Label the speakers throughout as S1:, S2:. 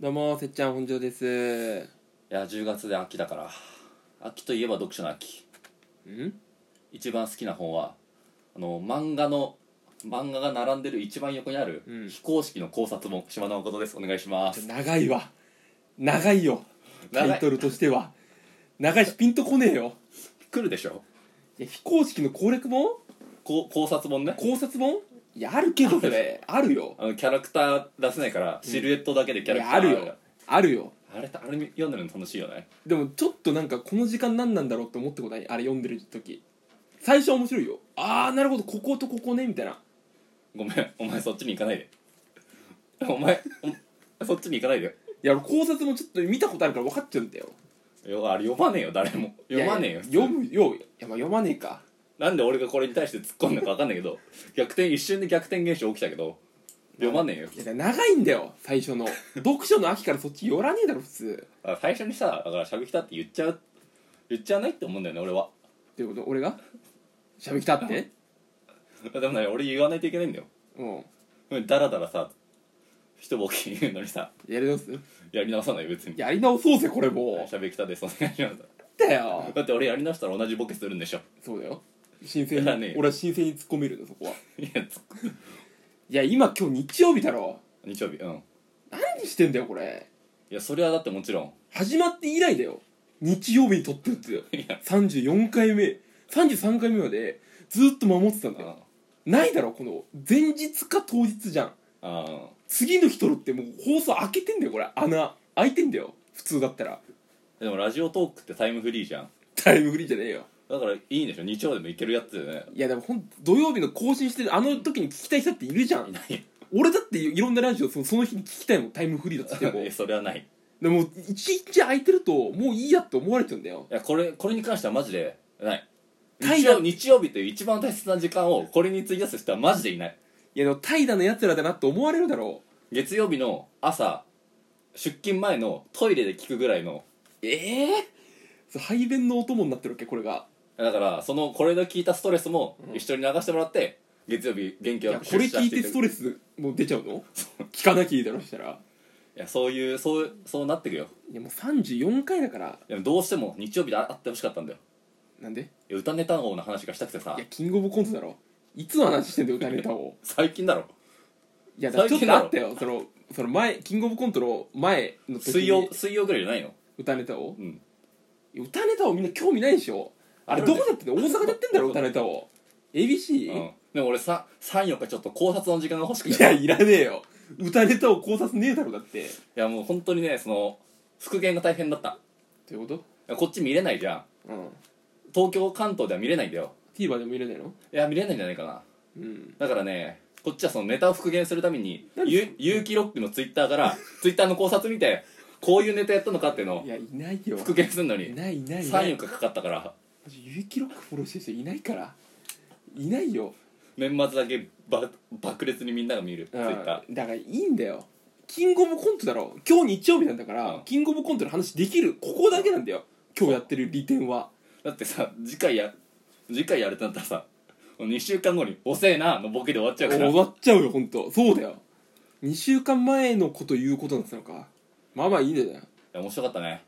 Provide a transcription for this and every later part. S1: どうもせっちゃん本庄です
S2: いや10月で秋だから秋といえば読書の秋
S1: ん
S2: 一番好きな本はあの漫画の漫画が並んでる一番横にある、
S1: うん
S2: 非公式の考察本島直ことですお願いします
S1: 長いわ長いよタイトルとしては長いしピンとこねえよ
S2: 来るでしょ
S1: いや非公式の攻略本
S2: こう考察本ね
S1: 考察本いやあるけどそれあるよ
S2: あのキャラクター出せないからシルエットだけでキャラクター
S1: いやあるよあるよ
S2: あれあれ読んでるの楽しいよね
S1: でもちょっとなんかこの時間何なんだろうって思ってことないあれ読んでる時最初は面白いよああなるほどこことここねみたいな
S2: ごめんお前そっちに行かないでお前お そっちに行かないで
S1: いや俺考察もちょっと見たことあるから分かっちゃうんだよ
S2: よあれ読まねえよ誰も読まねえよ
S1: いやいや読むよいやまあ読まねえか
S2: なんで俺がこれに対して突っ込んだか分かんないけど逆転一瞬で逆転現象起きたけど読まねえよ
S1: いや長いんだよ最 初の読書の秋からそっち寄らねえだろ普通
S2: あ最初にさだからしゃべきたって言っちゃう言っちゃわないって思うんだよね俺は
S1: っていうこと俺がしゃべきたって
S2: でもね俺言わないといけないんだよ
S1: うん
S2: ダラダラさ一ボケ言うのにさ
S1: やり直す
S2: やり直さないよ別に
S1: やり直そうぜこれも
S2: しゃべきたですお願いします
S1: うだよ
S2: だって俺やり直したら同じボケするんでしょ
S1: そうだよ新鮮
S2: やらねえ
S1: に
S2: よ
S1: 俺は新鮮に突っ込めるのそこはい
S2: やつ
S1: いや今今日日曜日だろ
S2: 日曜日うん
S1: 何してんだよこれ
S2: いやそれはだってもちろん
S1: 始まって以来だよ日曜日に撮ってるって
S2: いや
S1: 34回目33回目までずっと守ってたんだ
S2: あ
S1: よないだろこの前日か当日じゃん
S2: あー
S1: 次の日撮るってもう放送開けてんだよこれ穴開いてんだよ普通だったら
S2: でもラジオトークってタイムフリーじゃん
S1: タイムフリーじゃねえよ
S2: だからいいんでしょ日曜でもいけるやつだよね
S1: いやでもほん土曜日の更新してるあの時に聞きたい人っているじゃ
S2: い
S1: ん
S2: ない
S1: 俺だっていろんなラジオそのその日に聞きたいもんタイムフリーだっつっても
S2: えそれはない
S1: でも一日空いてるともういいやって思われちゃうんだよ
S2: いやこれこれに関してはマジでない
S1: 怠
S2: 日
S1: 惰
S2: 曜日曜日という一番大切な時間をこれに費やす人はマジでいない
S1: いやでも怠惰なやつらだなって思われるだろ
S2: 月曜日の朝出勤前のトイレで聞くぐらいの
S1: うええそう排便のお供になってるわけこれが
S2: だからそのこれで聞いたストレスも一緒に流してもらって、月曜日元気
S1: いや
S2: よ
S1: こ
S2: く
S1: れ聞いて
S2: い
S1: ス
S2: く
S1: ト
S2: い
S1: レスもう出ちゃうの聞かなきゃいいだろうしたら
S2: やそういうそうそうなってくよ
S1: いやもう34回だから
S2: でもどうしても日曜日であってほしかったんだよ
S1: なんで
S2: いや歌ネタ王の話がしたくてさ
S1: いやキングオブコントだろいつの話してんだよ歌ネタを
S2: 最近だろ
S1: いやだからちょっ
S2: 最近
S1: と
S2: だ
S1: あ
S2: ろ
S1: ったよそのその前キングオブコントの前の時
S2: 水曜
S1: に
S2: 水曜ぐらいじゃないの
S1: 歌ネタを
S2: うん
S1: 歌ネタをみんな興味ないでしょあれ
S2: ある
S1: ど
S2: ね
S1: こだってんの大阪でやってんだろ歌ネタを ABC?
S2: うん、でも俺さ34日ちょっと考察の時間が欲しく
S1: い
S2: て
S1: やいらねえよ歌ネタを考察ねえだろだって
S2: いやもう本当にねその復元が大変だった
S1: というこ
S2: こっち見れないじゃん
S1: とうん
S2: 東京関東では見れないんだよ
S1: TVer でもいらないの
S2: いや見れないんじゃないかな
S1: うん
S2: だからねこっちはそのネタを復元するために
S1: 何
S2: ゆ有機ロックのツイッターからツイッターの考察見てこういうネタやったのかっていうのを
S1: いやいないよ
S2: 復元するの
S1: い
S2: に
S1: ないいないいない
S2: 34日かかったから
S1: 有機ロックフォローしてる人いないからいないよ
S2: 年末だけば爆裂にみんなが見るツイ
S1: うん
S2: ッタ
S1: だからいいんだよキングオブコントだろ今日日曜日なんだから、
S2: うん
S1: キングオブコントの話できるここだけなんだよ今日やってる利点は
S2: ーだってさ次回や次回やるってなったらさ2週間後に「遅えな」のボケで終わっちゃうか
S1: 終
S2: ら
S1: わっちゃうよ本当そうだよ2週間前のこと言うことなんてのかまあまあいいんだよ
S2: いや面白かったね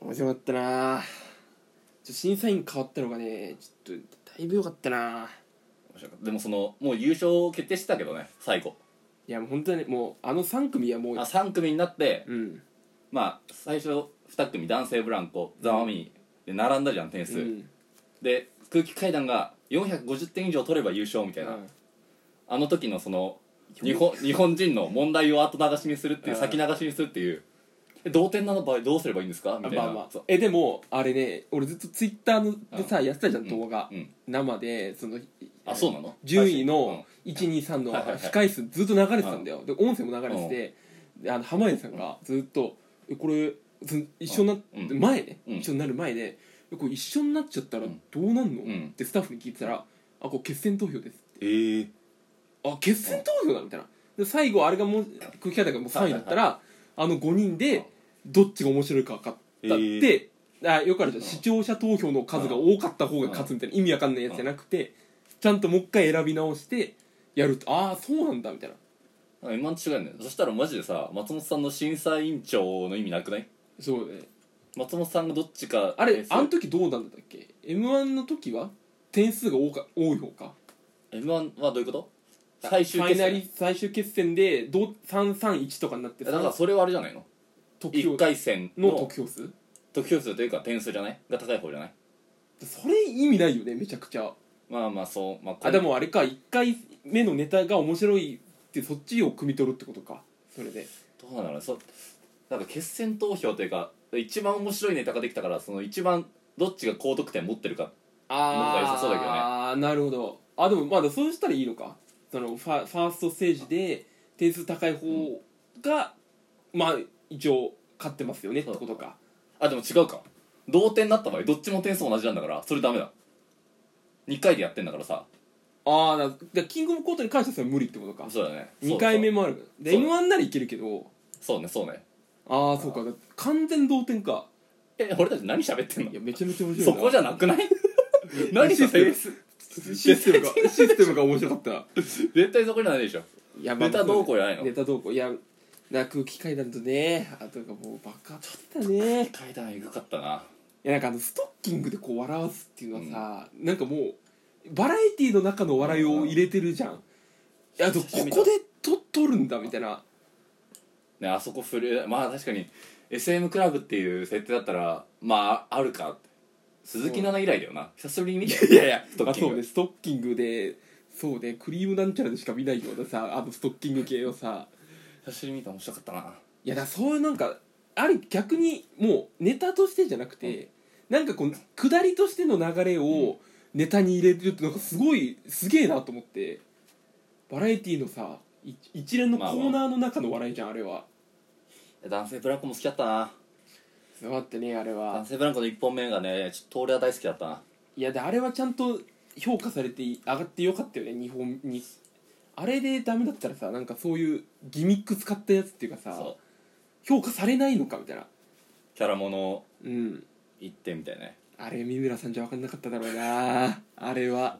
S1: 面白かったなちょ審査員変わったのがねちょっとだいぶ良かったな
S2: 面白かったでもそのもう優勝決定してたけどね最後
S1: いやもう本当にねもうあの3組はもう
S2: あ3組になって、
S1: うん
S2: まあ最初2組男性ブランコザワミーで並んだじゃん点
S1: う
S2: 数、
S1: ん
S2: で空気階段が450点以上取れば優勝みたいな、あの時のその日本日本人の問題を後流しにするっていう
S1: うん
S2: 先流しにするっていうえ同点なの場合どうすればいいんですかみ
S1: あ
S2: たいな、
S1: まあまあ
S2: そう
S1: えでもあれね俺ずっとツイッターのでさやってたじゃん
S2: ん
S1: 動画
S2: うん
S1: 生でその
S2: あそうなの
S1: 順位の123の
S2: はいはいはい
S1: 控え室ずっと流れてたんだよで音声も流れててであの濱家さんがずっと「えこれその一緒になっ
S2: うん
S1: て前ね
S2: うん
S1: 一緒になる前で「えこれ一緒になっちゃったら
S2: うん
S1: どうなんの?」
S2: うん
S1: ってスタッフに聞いてたら「あこれ決選投票です」
S2: えー、
S1: あ決選投票だみたいなで最後あれがもう空気階段がもう3位だったらあの5人でどっちが面白いか分かったって、あよくあるじゃん
S2: うん
S1: 視聴者投票の数が多かった方が勝つみたいな意味わかんないやつじゃなくてちゃんともう一回選び直してやるとああそうなんだみたいな
S2: m 1と違うんだよそしたらマジでさ松本さんの審査委員長の意味なくない
S1: そうね
S2: 松本さんがどっちか
S1: あれあの
S2: ん
S1: 時どうなんだっけ m 1の時は点数が多か多い方か
S2: m 1はどういうこと最終
S1: ファイ
S2: 決
S1: ナ
S2: 戦
S1: リ最終決戦でどう331とかになって
S2: だから
S1: さ
S2: それはあれじゃないの
S1: 得票
S2: 1回戦
S1: の
S2: の
S1: 得票数
S2: 得票数というか点数じゃないが高い方じゃない
S1: それ意味ないよねめちゃくちゃ
S2: まあまあそうまあこ
S1: あ
S2: れ
S1: でもあれか1回目のネタが面白いってそっちを汲み取るってことかそれで
S2: どうなのそうなんか決選投票というか一番面白いネタができたからその一番どっちが高得点持ってるか
S1: あ
S2: なんか良さそうだけどね
S1: あーなるほどあでもまだそうしたらいいのかそのファファーストステージで点数高い方が、まあ一応勝ってますよねってことか
S2: あでも違うか同点になった場合どっちも点数同じなんだからそれダメだ2回でやってんだからさ
S1: ああだからキングオブコントに関してはそれは無理ってことか
S2: そうだね
S1: 2回目
S2: も
S1: もあるで
S2: そう
S1: m 1ならいけるけど
S2: そうねそうね
S1: ああそうか完全同点か
S2: え俺たち何喋ってんの
S1: いやめちゃめちゃ面白い
S2: そこじゃなくない何
S1: シ
S2: そ
S1: ステ
S2: れ
S1: ムシステムがシステムが面白かった
S2: 絶対そこじゃないでしょ
S1: いや
S2: ネタどうこうじゃないの
S1: ネタどうこういや泣く機会なんとねあとがもうバカちょったねい
S2: 階段エグかったな
S1: やなんかあのストッキングでこう笑わすっていうのはさ、なんかもうバラエティーの中の笑いを入れてるじゃん、いやでもここでと撮るんだみたいな
S2: ねあそこ振るまあ確かに SM クラブっていう設定だったらまああるかって鈴木奈々以来だよな久しぶりに見たいやいやストッ
S1: あ
S2: キン
S1: そう
S2: グ
S1: ねストッキングでそうねクリームなんちゃらでしか見ないようなさあのストッキング系をさ
S2: 久しぶりに見た面白かったない
S1: やだからそういうなんかある逆にもうネタとしてじゃなくて、なんかこう下りとしての流れをネタに入れてるってなんかすごいすげえなと思ってバラエティーのさい一連のコーナーの中の笑いじゃんあれは
S2: 男性ブランコも好きだったな
S1: すごかったねあれは
S2: 男性ブランコの1本目がねちょっと俺は大好きだったない
S1: やであれはちゃんと評価されてい上がってよかったよね日本にあれでダメだったらさなんかそういうギミック使ったやつっていうかさ
S2: そう
S1: 評価されないのかみたいな
S2: キャラもの
S1: うん
S2: 行ってみたいね
S1: あれ三村さんじゃ分かんなかっただろうなあれは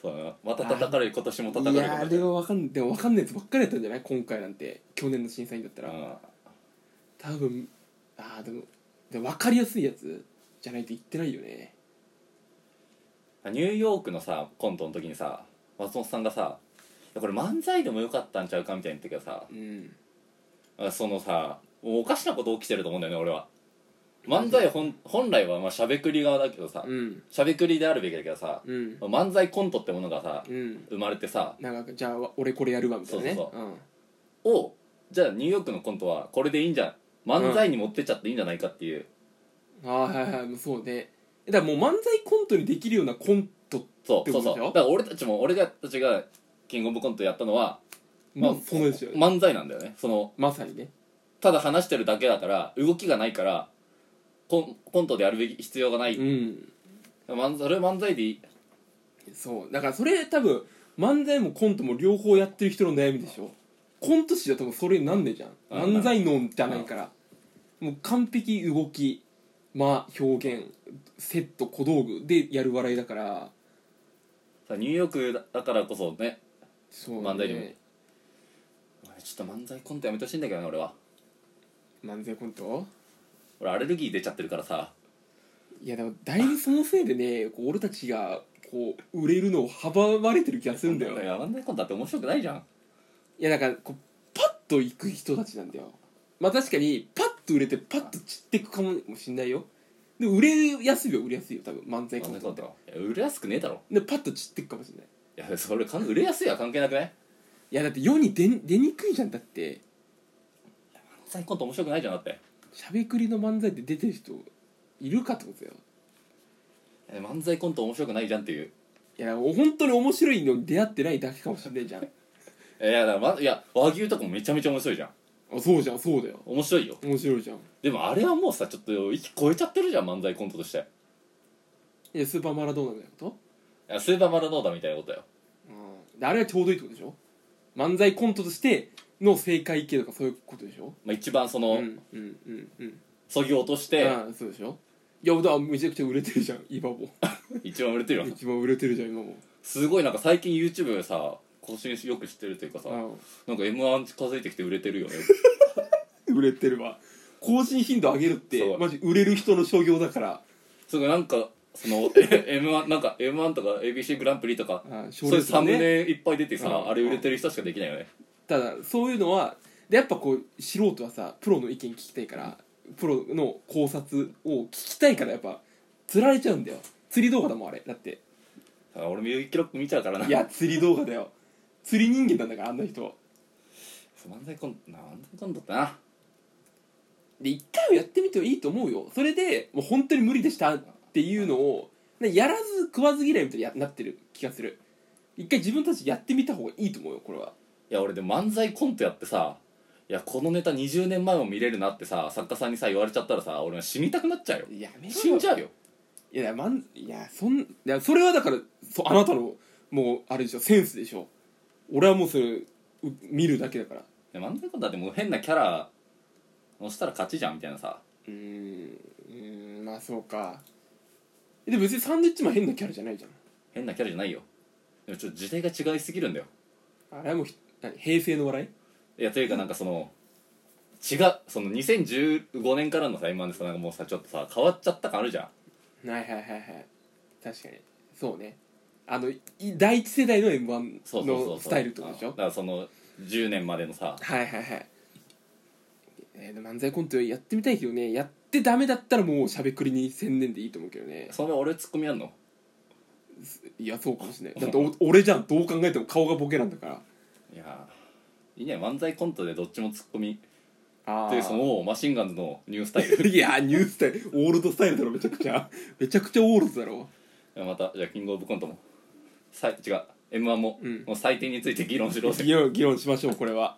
S2: そうだなまた叩かれる今年も叩か
S1: い
S2: れる
S1: や
S2: か
S1: ー
S2: も
S1: あれは分かんでも分かんないやつばっかりやったんじゃない今回なんて去年の審査員だったら、
S2: うん
S1: 多分ああでもでも分かりやすいやつじゃないと言ってないよね
S2: ニューヨークのさコントの時にさ松本さんがさいやこれ漫才でもよかったんちゃうかみたいに言ったけどさ
S1: うん
S2: あそのさもうおかしなこと起きてると思うんだよね俺は漫才本本来はまあしゃべくり側だけどさ
S1: うん
S2: しゃべくりであるべきだけどさ
S1: うん
S2: 漫才コントってものがさ
S1: うん
S2: 生まれてさ
S1: なんかじゃあ俺これやるわみたいなね
S2: そうそう
S1: うん
S2: をじゃあニューヨークのコントはこれでいいんじゃ漫才に持ってっちゃっていいんじゃないかっていう、
S1: ああはいはいもうそうねだからもう漫才コントにできるようなコント
S2: そ
S1: って
S2: う
S1: こと
S2: そうそう
S1: でしょ
S2: だから俺たちも俺たちがキングオブコントやったのは
S1: まあ
S2: まあ
S1: そのですよね
S2: 漫才なんだよねその
S1: まさにね
S2: ただ話してるだけだから動きがないからコンコントでやるべき必要がない、
S1: うん
S2: 漫それ漫才でいい
S1: そうだからそれ多分漫才もコントも両方やってる人の悩みでしょコント師だともうそれになんねえじゃん
S2: あ
S1: 漫才のじゃないからもう完璧動き間表現セット小道具でやる笑いだから
S2: さニューヨークだだからこそね
S1: そう、
S2: 漫才にもちょっと漫才コントやめてほしいんだけどね俺は
S1: 漫才コント
S2: 俺アレルギー出ちゃってるからさ
S1: いやでもだいぶそのせいでねこう俺たちがこう売れるのを阻まれてる気がするんだよ
S2: いや漫才コントだって面白くないじゃん
S1: いやだからこうパッと行く人たちなんだよまあ確かにパッと売れてパッと散っていくかもしんないよでも売れやすいよ売れやすいよ多分漫才コン
S2: 漫才
S1: ト
S2: コン
S1: って
S2: トいや売れやすくねえだろ
S1: でパッと散っていくかもしんない
S2: いやそれかん売れやすいは関係なくない
S1: いやだって世に出出にくいじゃんだって
S2: 漫才コント面白くないじゃんだって
S1: しゃべくりの漫才で出てる人いるかってことだよ
S2: え漫才コント面白くないじゃんっていう
S1: いや本当に面白いのに出会ってないだけかもしんないじゃん
S2: いやだから、ま、いや和牛とかもめちゃめちゃ面白いじゃん
S1: あそうじゃんそうだよ
S2: 面白いよ
S1: 面白いじゃん
S2: でもあれはもうさちょっと息超えちゃってるじゃん漫才コントとして
S1: いやスーパーマラドーナみたいなこと
S2: いやスーパーマラドーナみたいなことよ
S1: うんであれはちょうどいいってことでしょ漫才コントとしての正解系とかそういうことでしょ
S2: まあ、一番その、
S1: うんうんうんうん
S2: そぎ落として、
S1: ああそうでしょいやだからめちゃくちゃ売れてる じゃん今も
S2: 一番売れてるよ
S1: 一番売れてるじゃん今も
S2: すごいなんか最近 YouTube さ更新しよく知ってるというかさなんか
S1: う
S2: m 1近づいてきて売れてるよね
S1: ん売れてるわ更新頻度上げるって
S2: そう
S1: マジ売れる人の商業だから
S2: そうかなんかその m 1なんか m 1とか ABC グランプリとか
S1: あ
S2: そ
S1: 賞
S2: ういう
S1: レース
S2: サ
S1: は
S2: ムネ
S1: ね
S2: いっぱい出てさ、
S1: うん
S2: あれ売れてる人しかできないよね
S1: ただそういうのはでやっぱこう素人はさプロの意見聞きたいからプロの考察を聞きたいからやっぱ釣られちゃうんだよ釣り動画だもんあれだって
S2: あ俺も有機ロック見ちゃうからない
S1: や釣り動画だよ釣り人間なんだからあんな人
S2: 漫才コントな漫才コントってな
S1: で一回はやってみてもいいと思うよそれでもう本当に無理でしたっていうのをなやらず食わず嫌いみたいにやなってる気がする一回自分たちやってみた方がいいと思うよこれはい
S2: や俺でも漫才コントやってさいやこのネタ20年前も見れるなってさ作家さんにさ言われちゃったらさ俺は死にたくなっちゃうよ
S1: やめ
S2: 死んじ
S1: ゃ
S2: ゃうよ
S1: いやまんいやそんいやそれはだからそあなたのもうあれでしょセンスでしょ俺はもうそれう見るだけだから
S2: いや漫才コントだってもう変なキャラ押したら勝ちじゃんみたいなさ
S1: うーんうーんまあそうかでも別にサンドイッチマン変なキャラじゃないじゃん
S2: 変なキャラじゃないよでもちょっと時代が違いすぎるんだよ
S1: あれはもうひ何平成の笑い
S2: いやというかなんかその違うその2015年からのさ今でさなんかもうさちょっとさ変わっちゃった感あるじゃん
S1: はいはいはいはい確かにそうねあのい第一世代の m
S2: そう
S1: 1
S2: そうそうそう
S1: のスタイルってことでし
S2: あ
S1: ょ
S2: だからその10年までのさ
S1: はいはいはい、えーでも漫才コントやってみたいけどねやってダメだったらもうしゃべくりに専念でいいと思うけどね
S2: その俺ツッコミやんの
S1: いやそうかもしれないだってお俺じゃんどう考えても顔がボケなんだから
S2: いやーいいね漫才コントでどっちもツッコミ
S1: あ
S2: というそのもうマシンガンズのニュースタイル
S1: いやニュースタイルオールドスタイルだろめちゃくちゃめちゃくちゃオールドだろ
S2: またじゃあキングオブコントもさ違う m 1も,、
S1: うん
S2: もう採点について議論しろ
S1: 議論議論しましょうこれは